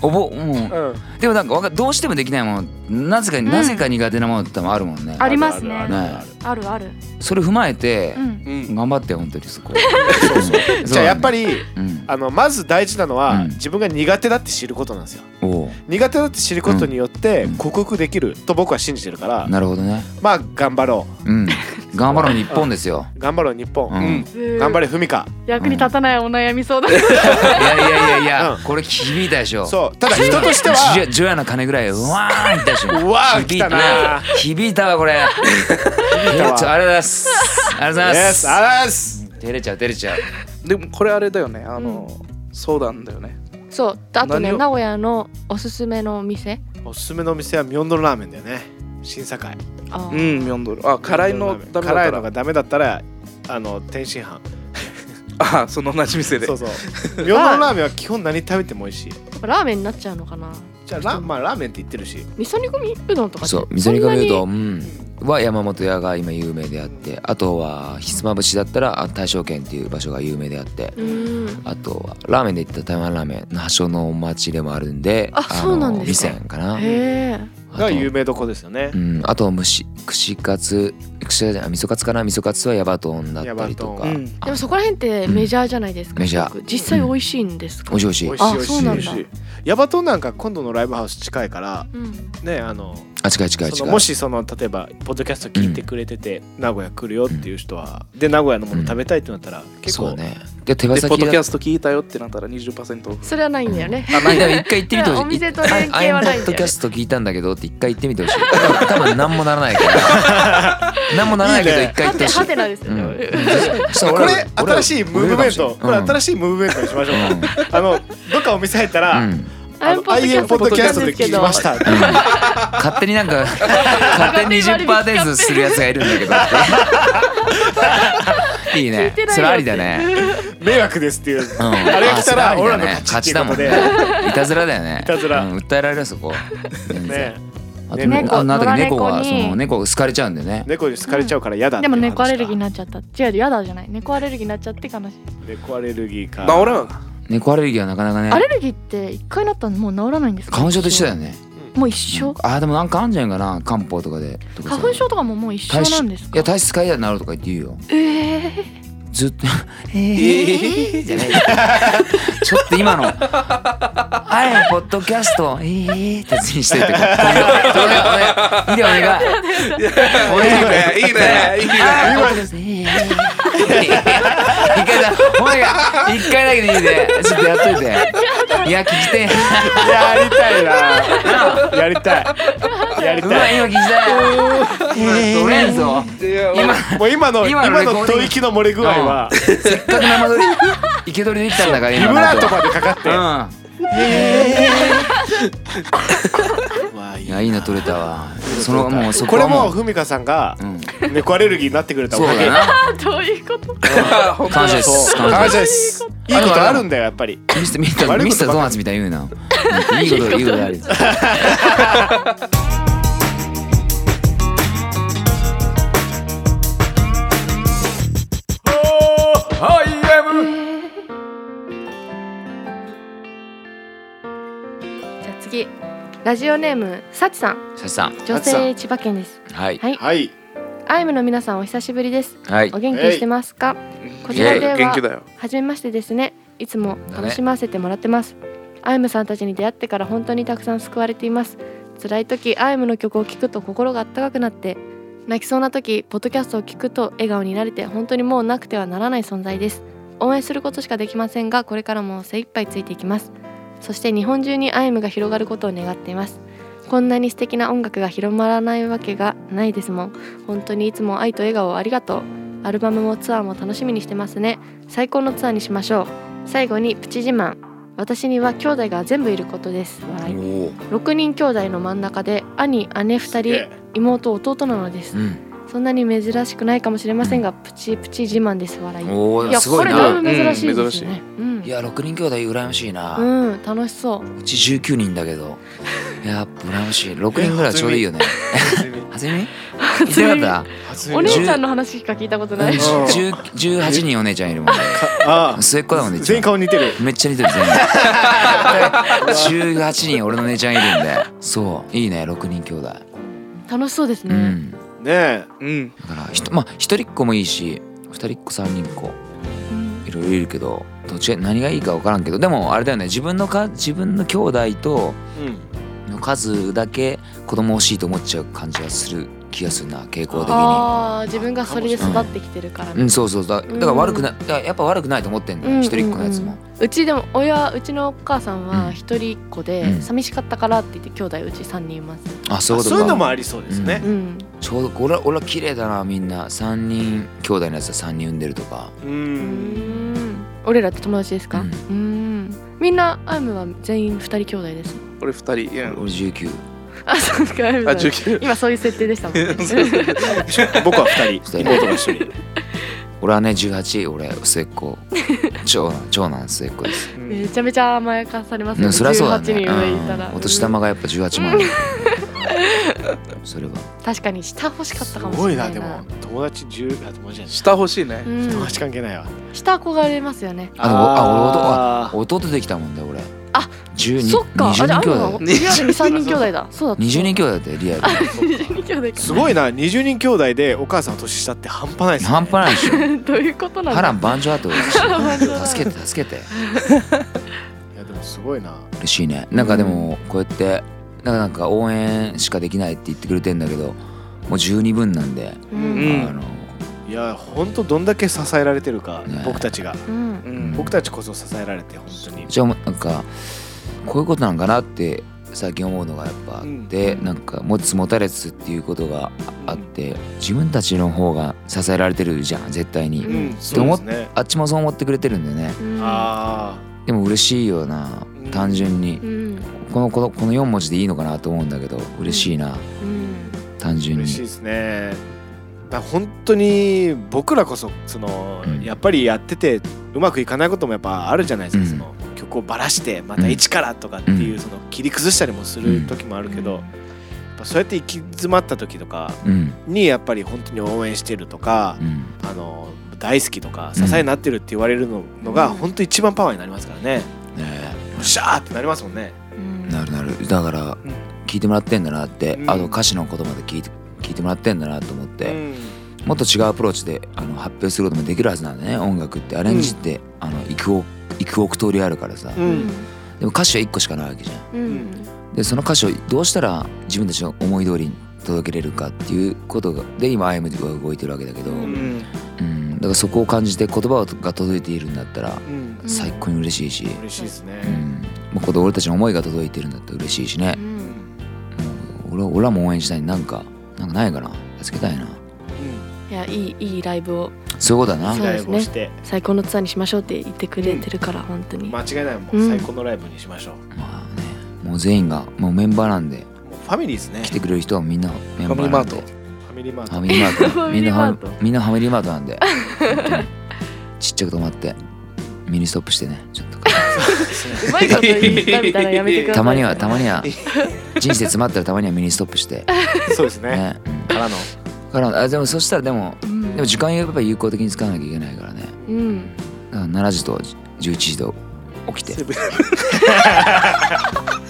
おぼうん
なうん
でもなんかわかどうしてもできないものなぜかなぜか苦手なものって多分あるもんね、
ありますね
あるあるある
あるある
それ踏まえて
う、ん
うん
頑張ってよ本当にそこそうそうなんだ
じゃあやっぱり
うん
あのまず大事なのは、
うん
自分が苦手だって知ることなんですよ
おう
苦手だって知ることによって
うん
克服できると僕は信じてるから、
なるほどね
まあ頑張ろ
うん頑張ろう日本ですよ
う頑張ろう日本、
うん
うん
頑張
れ
れふみか
役に立たないお悩み相談
いやいやいやいや、
うん
これ響いたでしょ
そう ただ人として
ジュ
は
ジュアの鐘ぐらいうわーんいったでしょ
うわー
響
来
い
たな
響いたわこれ響あ
いたわ
りがとうございますありがとうござい
イ
ま
エ
す
スあらす
照れちゃう照れちゃう
でもこれあれだよねあの、そうなんだよね
そうあと
何
ね
を
名古屋のおすすめのお店
おすすめのお店はミョンドルラーメンだよね審査会
あー
うんミョンドルあ辛いのダメだっ
辛
た
いの
ら
がダメだったらあの天津飯
あその同じ店で
そうそう明洞ラーメンは基本何食べても美味しい
ラーメンになっちゃうのかな
じゃあラ,、まあ、ラーメンって言ってるし
味噌煮込みうどんとかって
そう味噌煮込みうど
ん
んうんは山本屋が今有名であってあとはひつまぶしだったらあ大正軒っていう場所が有名であって
そんなにうーん
あとはラーメンで言ったら台湾ラーメンの発祥の町でもあるんで
あそうなんですか
かかな
へえ
あと
が有名どこですよね
うん、あと虫串カツ串カツじゃない味噌カツかな味噌カツはヤバトンだったりとか、
ヤバトン
あ
でもそこら辺ってメジャーじゃないですか
メジャー
すごく実際美味しいんですか
美味しい美
美
味しい
味しい美味し
あそ
いう美
なん
味
だ
しいヤバトンなんか今度のライブハウス近いから
うん
ねあの
あ近い近い
そ
近
の
い
もしその例えばポッドキャスト聞いてくれてて、名古屋来るよっていう人はで名古屋のもの食べたいってなったら結
そ
構、
うねで手羽
でポッ
先
ドキャ
だ
スト聞いたよってなったら20%オフ
それはないんだよね
あない一回行ってみてほしい
お店と連携はないんだよね
ああポッドキャスト聞いたんだけどって一回行ってみてほしい多分何もならないから 何もならないけど一回行っ
は
て
て
ほしい
はてな ですよ
うん
ね
そう
こ
俺
れ新しいムーブメント、
俺
これ
らかも
新
し
しいムーブメントにしましょう、
れない
あのどっかお店入ったら、
うんうん
あ
あれ
の IM ポッドキャストで聞きました
うん勝手になん か勝手に20%ずつするやつがいるんだけど いい
聞い
ね
てないよ
それありだね、
迷惑ですっていう、
うん、
あれが来たら
そ
俺
あり
ら
だ
の
ね
勝
勝
ちっ
ち
てい
だ
う
も
こ
ん
とで
ねいたずらだよね
いたずら
うん、訴えられるよそこ全然
ね
あと
猫
あなんだっけ猫
野良
は
猫に
その猫好かれちゃうんだよね
猫に好かれちゃうから嫌だって
で
いう
も
話
猫アレルギーに
か
なっちゃった違うやだじゃない猫アレルギーになっちゃって悲しい
猫アレルギーか
まあ俺は
猫アレルギーはなかなかね
アレルギーって一回なったらもう治らないんですか
花粉症と一緒だよね
もう一生
あーでもなんかあんじゃないかな漢方とかでとかさ
花粉症とかももう一生
体質
なんです
い
か
や体質変えたらなるとか言って言うよ
ええ
ずっと
え ー
じゃないよちょっと今のあれポッドキャストえーってにしといてこれこれこれいいよお願い
いいねいいねいいね
あーポッドキャストえー一回だお前が一回だけでいいでちょっとやっといていや聞きてえ
やりたいなやりたいやり
うわ
たい
今聞きたい取れんぞ
いや
今
もう今の
今
今
のレコーディン
の
グ
吐息の漏れ具合は
せっかく生取り生け取りできたんだから
ビ
今
ブラートまでかかって
うんいやいいの取れたわそのもうそ
こ
こ
れ
は
も
もう
ふみかさんが
うん
猫アレルギーになってくれたお
そう
かげ
だ
どういうこと
あ本
な
当だ
感謝で
そ
す
う
感謝
感
で
謝
す
ですいいことあるんだよやっぱり
ミスターミスター
悪いことばっかり
ミスタードーナツみたいに言うないいこといいことある
じゃあ次ラジオネームさちさん
シャチさん
女
さちさ
性
ん
千葉県です
はい
はい
はい
アイムの皆さんお久しぶりです
はい
お元気してますかこち
らで
は
元気だよ
はじめましてですねいつも楽しませてもらってます、アイムさんたちに出会ってから本当にたくさん救われています辛い時アイムの曲を聴くと心が温かくなって泣きそうな時ポッドキャストを聴くと笑顔になれて本当にもうなくてはならない存在です応援することしかできませんがこれからも精一杯ついていきますそして日本中にアイムが広がることを願っていますこんなに素敵な音楽が広まらないわけがないですもん本当にいつも愛と笑顔をありがとうアルバムもツアーも楽しみにしてますね最高のツアーにしましょう最後にプチ自慢私には兄弟が全部いることです笑い
おー
6人兄弟の真ん中で兄姉
すげ
2
え
人妹弟なので
う
す
ん
そんなに珍しくないかもしれませんがプチプチ自慢です笑いい
おー
や
すご
こ
い
れ
な
だいぶ珍しいで
うん珍
す
しい
よねうん
いや六人兄弟羨ましいな
うん楽しそう
うち19人だけどやっぱ羨ましい6人ぐらいちょうどいいよねはずみ言ってなかっ
初
お
耳
姉
初
ち
耳
ゃんの話しか聞いたこと
た
ない
うん
10 18人お姉ちゃんい るもんね
ああ
末っ子だもんね一番
全員顔似てる
めっちゃ似てる全 部18人俺の姉ちゃんいるんでそういいね6人兄弟
楽しそうです
う
ね
ん
ね
うん
だからひとまあ一人っ子もいいし二人っ子三人っ子
うん
いろいろいるけどどっちが何がいいか分からんけどでもあれだよね自分のか自分の兄弟と
えうん
の数だけ子供欲しいと思っちゃう感じがする気がするな傾向的に。
あー自分がそれで育ってきてるからね
うん、そうそうだだから悪くないだからやっぱ悪くないと思ってんだよ、
うん
一人っ子のやつも、
うちでも親うちのお母さん
う
は
ん
一人っ子
う
で
ん
寂しかったからって言って兄弟うち3人います
あそういうこと
そ
か
ういうのもありそうですね
うん
ちょうど俺は俺は綺麗だなみんな3人兄弟のやつは3人産んでるとか
う
うんん俺らって友達ですか
う
うんんみんなアイムは全員二人兄弟です
俺二人うん
俺19
あそうですかアイム
あ
さん
19
今そういう設定でしたもんね
そうそう
僕は二人
そう
妹が一人
俺はね18俺末っ子長男長男末っ子です、
うん
めちゃめちゃ甘やかされます
ね、
ね。
そりゃそうだ
18
ね、
人上いたら、
うん、お年玉がやっぱ18万円それは
確かに下欲しかった
す
かもし
ごい
れな
ない
な。
でも友達10あ友達じゃない
下欲しいね
う
友
ん、
達関係ないわ
下憧れますよね。
あでも
あ
弟できたもんだ俺
あ
10
そっか。
20
あ
人
れあ
兄
る
弟
の？リアルに三人兄弟だ。そうだった。
20人兄弟だよリアル
人兄弟
ーすごいな20人兄弟でお母さん年下って半端ないですね
半端ないでしょ
か。どういうことな
波
んだ。
乱万丈だと
丈
助けて助けて
いやでもすごいな
嬉しいねなんかでもこうやってなんか応援しかできないって言ってくれてんだけどもう十二分なんで、
う。
うんん
あの
いや本当どんだけ支えられてるか
ね
僕たちが
うん。
うん
僕たちこそ支えられて本当に
じゃあもうなんかこういうことなんかなって最近思うのがやっぱあって、
うん
なんか持つ持たれつっていうことがあって、自分たちの方が支えられてるじゃん絶対に、
う
うんんそうですね
あっちもそう思ってくれてるんだよね
うん。
あ
でも嬉しいよな
うん
単純に、
うん。
このこのこの4文字でいいのかなと思うんだけど嬉しいな
うん。
単
あ
純に
嬉しいですねだから本当に僕らこそその
うん
やっぱりやっててうまくいかないこともやっぱあるじゃないですか
うん
その曲をばらしてまた一からとかっていううその切り崩したりもする時もあるけどやっぱそうやって行き詰まった時とか
うん
にやっぱり本当に応援してるとか
うん
あの大好きとか支えになってるって言われるののが本当一番パワーになりますからね、
ね
よっしゃーってなりますもんね
うん
えなるなるだから聞いてもらってんだなって、
うん
あと歌詞のことまで聞いて聞いてもらってんだなと思って、もっと違うアプローチであの発表することもできるはずなんだね音楽ってアレンジって、あのいくおいく億通りあるからさ、
うんうん
でも歌詞は1個しかないわけじゃ
うんん。
んでその歌詞をどうしたら自分たちの思い通りに届けれるかっていうことがで今 IM が動いてるわけだけど、う、
うん
うんん
だからそこを感じて言葉が届いているんだったら
うん
うん
最高に嬉しいし、
嬉しいですね、
うんもうこの俺たちの思いが届いてるんだったら嬉しいしね
う、ん。
もう俺は俺らも応援したいなんかなんかないかな助けたいない
やいいいいライブを
そういうことだな
う
そ
ん、
う
ラ
で
イ
すね
ブをして
最高のツアーにしましょうって言ってくれてるから、本当に。
間違いないも
う
うん最高のライブにしましょう、
まあねもう全員がもうメンバーなんで
もうファミリーですね
来てくれる人はみんなメンバ
ファミリ
ー
ーマ
な
ー
んで
ト
ファミリーマー
ファミリーマー
ト
トみんなファ
ファミリ
みんなファミリ
ーマー
ーマートなんで本当にちっちゃく止まってミニストップしてねちょっと
うまいこと言ったみたいなやめてください。
たまにはたまには人生詰まったらたまにはミニストップして
そうですね
ね、うんだ
からの
からあでもそしたらでも
うん
でも時間やっぱ有効的に使わなきゃいけないからね
うん。
だから7時と11時と起きて起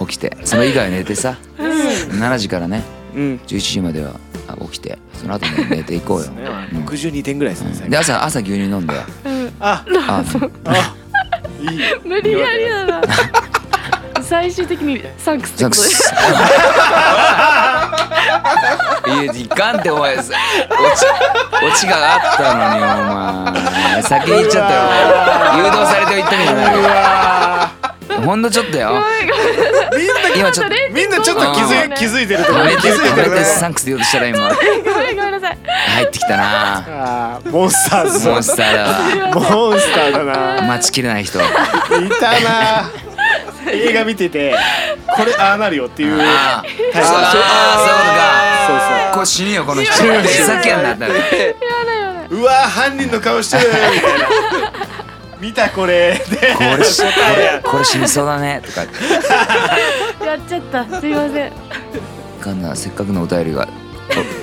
きてその以外は寝てさ7時からね
うん
11時まではあ起きてその後ね寝ていこうよ、
ね62点ぐらいですね、
うん
最
で
後
朝朝牛乳飲んで
あ
あ
あいい
無理やりだな。最終的にサンクスって
ザク
ことで。
スいやいかんってお前落ち落ちがあったのにお前先に行っちゃったよ誘導されて行ったんじゃないよほんのちょっとよ
みんな
今ちょっと
みんなちょっと気づい気づいてるとこ
止めて
気づい
止
て
め
るね
てサンクス言おうとしたら今
ごめんごめんなさい。
入ってきたな
あーモンスターズ
モンスターだわ
モンスターだな
待ちきれない人
いたな ぁ映画見ててこれああなるよっていう
ああ
タイ
そ
プ
う
そう
あこれ死ぬよこの人
死ぬよ
手先やんなったら
そうそううわー犯人の顔してるみた いな見たこれで
これしこれこれ死にそうだねとか言って
やっちゃった。すいません。
かんなせっかくのお便りが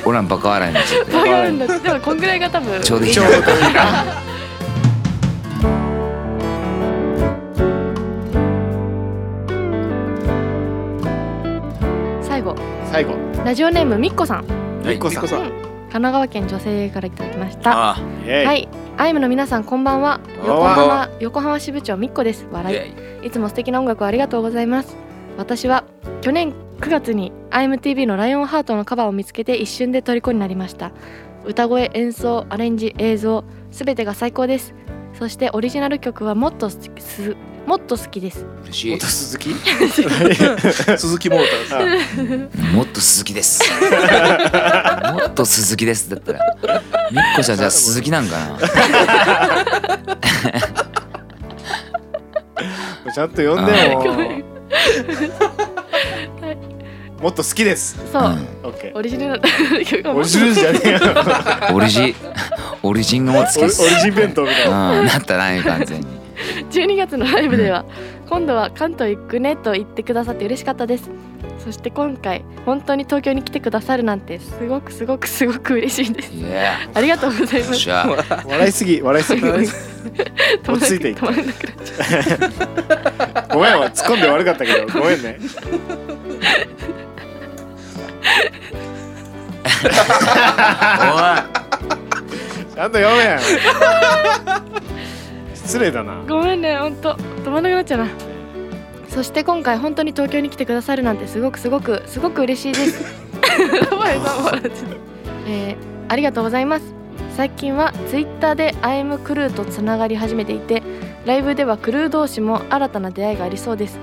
おおらんバカ笑いになっちゃって
バカあるんだ。でもこんぐらいが多分。
ちょうどいい
ちょ
な
うどいいな
最後
最後
ラジオネームみっこさん。神
はい
みっこさ
みっ
ん
こさん
奈川県女性からいただきました。
あ
イエイ
はい。アイムの皆さんこんばんは。
こん
横
ばん
浜横浜支部長みっこです。
あ
笑い。
イエイ
いつも素敵な音楽をありがとうございます。私は去年9月に IMTV のライオンハートのカバーを見つけて一瞬で虜になりました。歌声、演奏、アレンジ、映像、すべてが最高です。そしてオリジナル曲はもっとすすもっと好きです。
嬉しい
元鈴 木
鈴木モーターズ
もっと鈴木ですもっと鈴木ですだったらみっこちゃんじゃあ鈴木なんかな
ちゃんと呼んで
ごめん
よもっと好きです
そう、
うん
オッケ
オリジナル
ーオリジナルじゃねえよ
オリジオリジンがもつ
オ
け
リオリジン弁当みたい
うん
な
なったな完全に
12月のライブでは 今度は関東行くねと言ってくださって嬉しかったですそして今回本当に東京に来てくださるなんてすごくすごくすごく嬉しいです
いや
ありがとうござい
よっ
ま す
しゃ
笑いすぎ笑いすぎ
笑い
止まんなく落ち着いていった
止まんなくなっちゃ
ごめん突っ込んで悪かったけどごめんね
お
ちゃんと読 めよ失礼だな
うごめんねほんと止まんなくなっちゃうなそして今回本当に東京に来てくださるなんてすごくすごくすごく嬉しいです やばいな笑っちゃったえーありがとうございます最近はツイッターで I'm クルーとつながり始めていてライブではクルー同士も新たな出会いがありそうです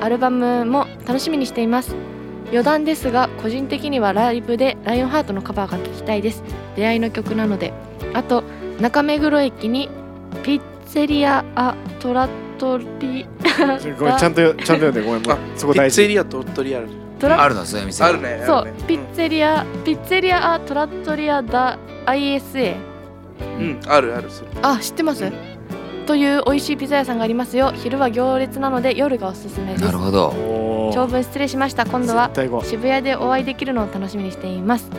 アルバムも楽しみにしています余談ですが個人的にはライブでライオンハートのカバーが聴きたいです出会いの曲なのであと中目黒駅にピッツェリア・ア・トラトリア
ごめんちゃんとよちゃんと読んでごめんもうそこ
ピッ
大
ツェ
事
リア鳥取ある
ト
い
ラ
あるのそういう店
あるね
そ
ある
う
ね、
ピッツェリア、ピッツェリア・ア・トラットリア・ダ・ ISA。
うん、うんあるあるそれ
あ、知ってます、
うん
という美味しいピザ屋さんがありますよ。昼は行列なので夜がおすすめです
なる。ほど
おー
長文失礼しました。今度は
絶対ご
渋谷でお会いできるのを楽しみにしています。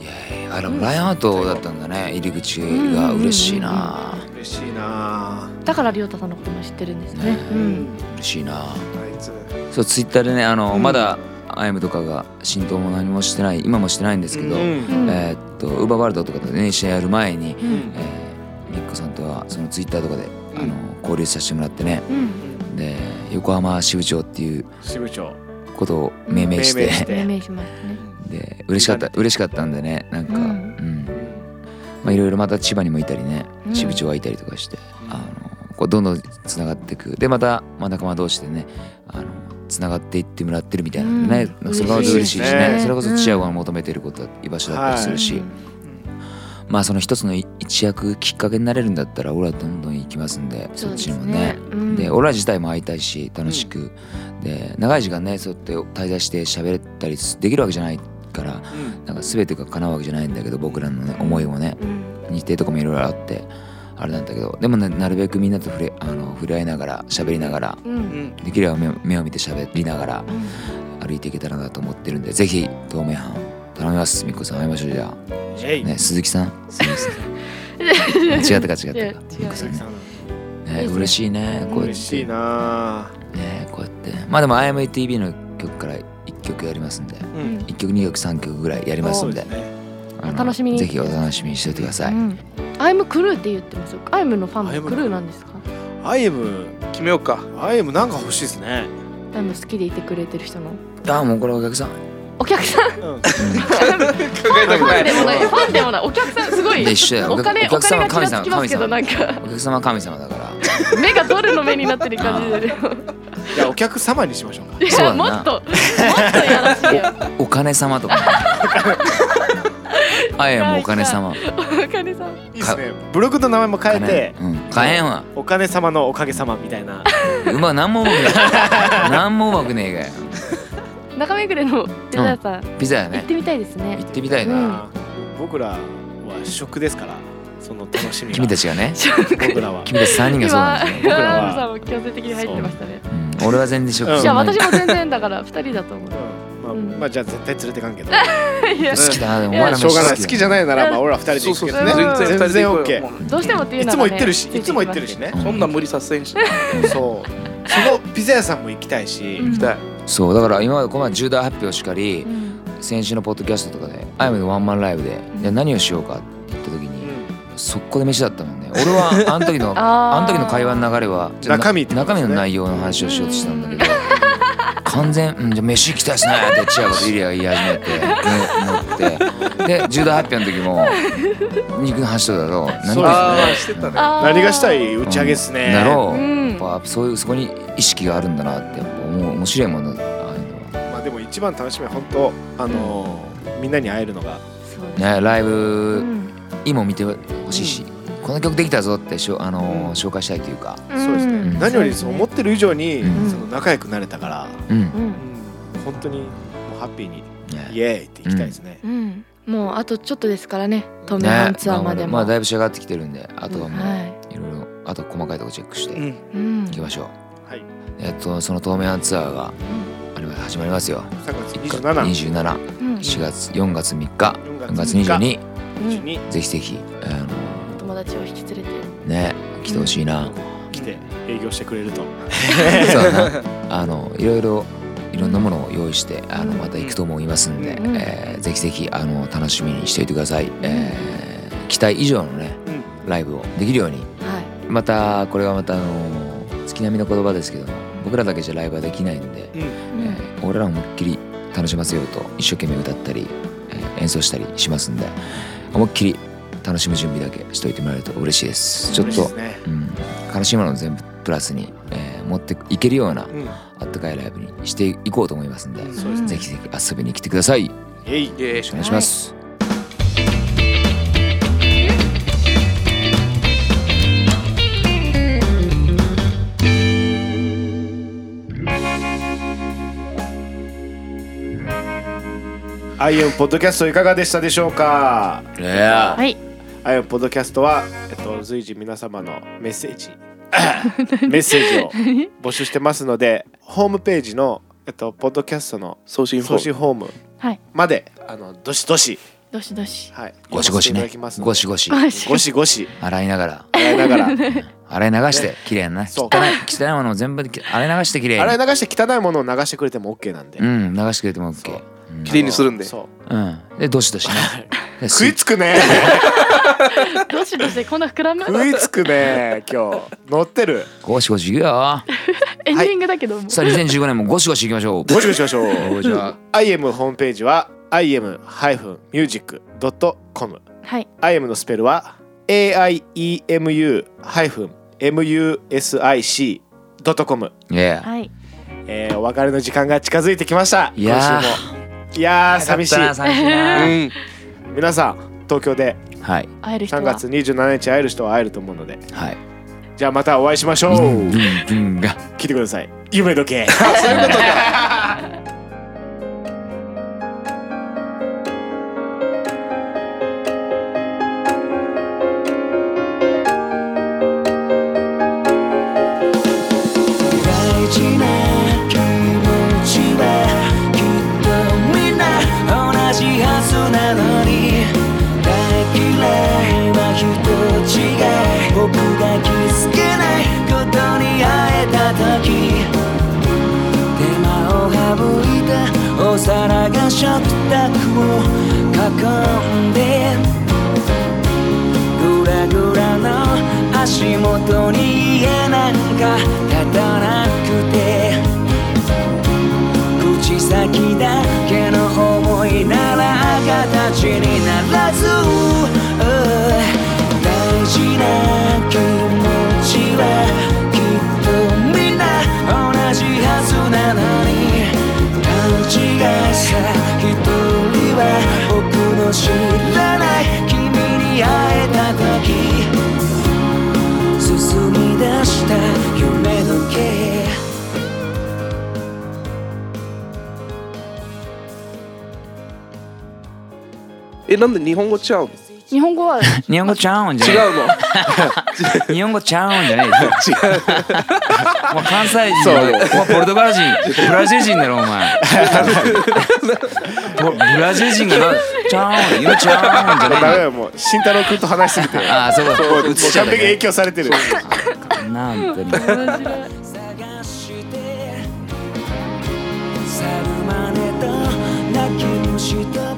いやいやあれもラインアウトだったんだね入り口が嬉しいな
嬉しいな
だから亮太さんのことも知ってるんですね。
ね
うん。
嬉しいな
あいつ
そうツイッターでねあの、
うん
まだアイムとかが浸透も何もしてない今もしてないんですけど、
う
うん
えーっとウーバーワールドとかでね試合やる前に、えー
うん。
みっこさんとはそのツイッターとかで、
ん
あの交流させてもらってね
うん。
で横浜支部長っていう
支部長
ことを命名して
命名して
命名しますね。
で嬉しかった嬉しかったんでねなんか、う
う
んんまあいろいろまた千葉にもいたりね、
うん
支部長がいたりとかしてあのこうどんどんつながっていくでまたまあ仲間同士でねあのつながっていってもらってるみたいなのね、
う
な
ん
んかそれがまた嬉しいしね
嬉しいですね
それこそチアゴが求めてることは居場所だったりするし、まあその一つの一役きっかけになれるんだったら俺はどんどん行きますんでそっちにもね。。
うん
で俺ら自体も会いたいし楽しく、で長い時間ねそうやって滞在して喋ったりできるわけじゃないからなんか全てが叶うわけじゃないんだけど僕らのね思いもね
うん
日程とかもいろいろあってあれなんだけどでもねなるべくみんなと触れあの触れ合いながら喋りながら
う。
うんん
できれば目を目を見て喋りながら
うん
歩いていけたらなと思ってるんでぜひ透明版頼みますみっこさん会いましょうじゃ
え
あ、
い
ね、鈴木さん鈴木さん違ったか違ったか
いや違う
みっこさ
鈴
ん
木
ね
さん
ね嬉しいねこうやって
嬉しいな
ねこうやってまあでも IMATV の曲から1曲やりますんで
う
う
ん
ん
1曲2曲3曲ぐらいやりますんで
ね
あの
楽しみに
ぜひお楽しみにしておいてください、
うんアイムクルーって言ってますよ。アイムのファンもクルーなんですか。
アイエム
決めようか
アイエムなんか欲しいですね
アイム好きでいてくれてる人の。
ああもうこれお客さん
お客さん。
考えたく
フ
な
ァンで
い
もない、ファンでもない、お客さんすごい。
で一緒だよ
お金、
お
お
客様
金がちらつきま
神
すけど、
様
なんか、
お客様は神様だから
目がドルの目になってる感じで、ね。
いやお客様にしましょう か
い
そう
や、
だな
もっと、もっとやらしいよ。
お金様とかあいやもうお金様
お金さん。
いいですねブログの名前も変えて
金うん買えんわ
お金様のおかげ様みたいな
うまなんもうまく ねえなんもうまくねえかよ
中目暮のピザ屋さん、
ピザや
行っ
ね
てみたいですね
行。ってみたいな、
うん
僕らは食ですからその楽しみが
君たちがね
僕ら は
君たち3人が
今、
そうなんですよ、
僕らは
アイムさんも強制的に入ってましたね。
うん、俺は全然
う
食
ん
い
事
や、
も
私も全然だから、二人 だと思
うん
う。
まあ、
うん
まあじゃあ絶対連れてかんけど
いや
好きだなでも
い
お
や
前ら
まあしょうがない好
飯
きじゃないならまあ俺ら二人で
そう
行
そ
く
う
け
そ
ど
う
ね
全然
ん
二人で行こ
全然
うよも
どうしてもっていうの
いつも
は、ね。
言ってるし
つ
いつも言ってるしね
ついてき
うそんなん無理させんし行
そうそのピザ屋さんも行きたいし、
うん
きたい
そうだから今までこの前重大発表しかり
ますね
先週のポッドキャストとかで「アイムのワンマンライブで」
ん
で何をしようかって言った時に速攻で飯だったもんね俺はあの時の
あー
あの時の会話の流れはじゃあ
中身ってこと
中
です
身
ね
の内容の話をしようとしたんだけど完全うんじゃあ飯行きたいっすねってチアゴとイリアが言い始めて乗ってで重大発表の時も肉の話とだろ何
そう
が
あ
で
あ
す
してたね
あー
何がしたい打ち上げっすね、
だろう、
うん
やっぱそういうそこに意識があるんだなってやっぱ思う面白いものだああいうのは
まあでも一番楽しみは本当あのーみんなに会えるのが
そうですね。
ねライ
う
ブ
ん
今も見てほしいし、この曲できたぞってしょあのー紹介したいというか
そうですね
ん
何よりそう思ってる以上に
うん
その仲良くなれたから、
うん
うん
本当にもうハッピーに
ね
イエーイっていきたいですね、
うん、もうあとちょっとですからね東名阪ツアーまで
ね
も、
まあだいぶ仕上がってきてるんであとはも
は
ういろいろあと細かいとこチェックして
う
い
ん
い、うん、
きましょう、
はい
えっとその透明版ツアーがあれまで始まりますよ
3月274
274
うん、
月4月3日4月
月22
22
うん、
に
ぜひぜひあ
お友達を引き連れて、
のね来てほしいな
来て営業してくれると
そうだなあのいろいろいろんなものを用意してあのまた行くと思いますんで、
うん
えーぜひぜひあの楽しみにしておいてください、えー期待以上のねライブをできるように
は
またこれはまたあの月並みの言葉ですけども僕らだけじゃライブはできないんで、
い、
えー俺ら思いっきり楽しませようと一生懸命歌ったり、えー演奏したりしますんで思いっきり楽しむ準備だけしといてもらえると嬉しいですちょっ
嬉し
と
い、ですね
うん、悲しいものを全部プラスに、えー持っていけるような
うん
あったかいライブにしていこうと思いますんで、
そうです
ん
ぜひぜひ遊びに来てくださいよ
イエイ
イエー
ろ
イ
しくお願いします、
アイオンポッドキャストいかがでしたでしょうか
いや
はい
アイオンポッドキャストは、えっと、随時皆様のメッセージメッセージを募集してますのでホームページの、えっと、ポッドキャストの
送信フォー
送信フォーム
はい
まで、あのどしどし、
どしどし
はい、
ゴシゴシ
読ま
ね
せていただきますので
ゴシゴシ
ゴシ
ゴシゴシ
洗いながら
洗いながら
洗い流して綺麗なね
そう
汚い汚いものを全部き洗い流して綺麗に
洗い流して汚いものを流してくれても OK なんで、
うん流してくれても
そう
OK うん
綺麗にするんで
そう
うんでどしどしねで
食い
す
つくね
どしどしこんな膨らむ
食いつくね今日乗ってる
ゴシゴシいくよ
エンディングだけども
さあ2015年もゴシゴシいきましょう
ゴシゴシしましょう
じゃあ
IM ホームページは im-music.com
はい
IM のスペルは aiemu-music.com
いや
はい
えー、お別れの時間が近づいてきました
いや
今週もいやー寂しい
寂しいな
うん
皆さん東京で
はい
会える人
3
は
月27日会える人は会えると思うので
はい
じゃあまたお会いしましょう
ブンブンブンが
聞いてください夢時 計
大事な気持ちはきっとみんな同じはずなのに大嫌いは人違い僕が気づけないことに会えた時手間を省いたお皿が食卓を囲んでグラグラの足元に家なんか立たなくて口先だけの思いなら形にならず大事な気持ちはきっとみんな同じはずなのに勘違いさ一人は僕の知らない君に会えた時進み出した夢時計
えなんで日本語ちゃうの
日本語は
日本語ちゃうんじゃない
違うの
日本語ちゃうんじゃない違うもう関西人だよもうポルトガル人ブラジル人だろお前ブラジル人がなちゃうん日本語ちゃうんじゃ
ダ
ない
メだよもう慎太郎君と話しすぎてもう
ああそう
もう
そう
完
映っ
璧
ちゃった
影
ね
響されてる
なんてね
面白い
探して猿真似と泣き虫と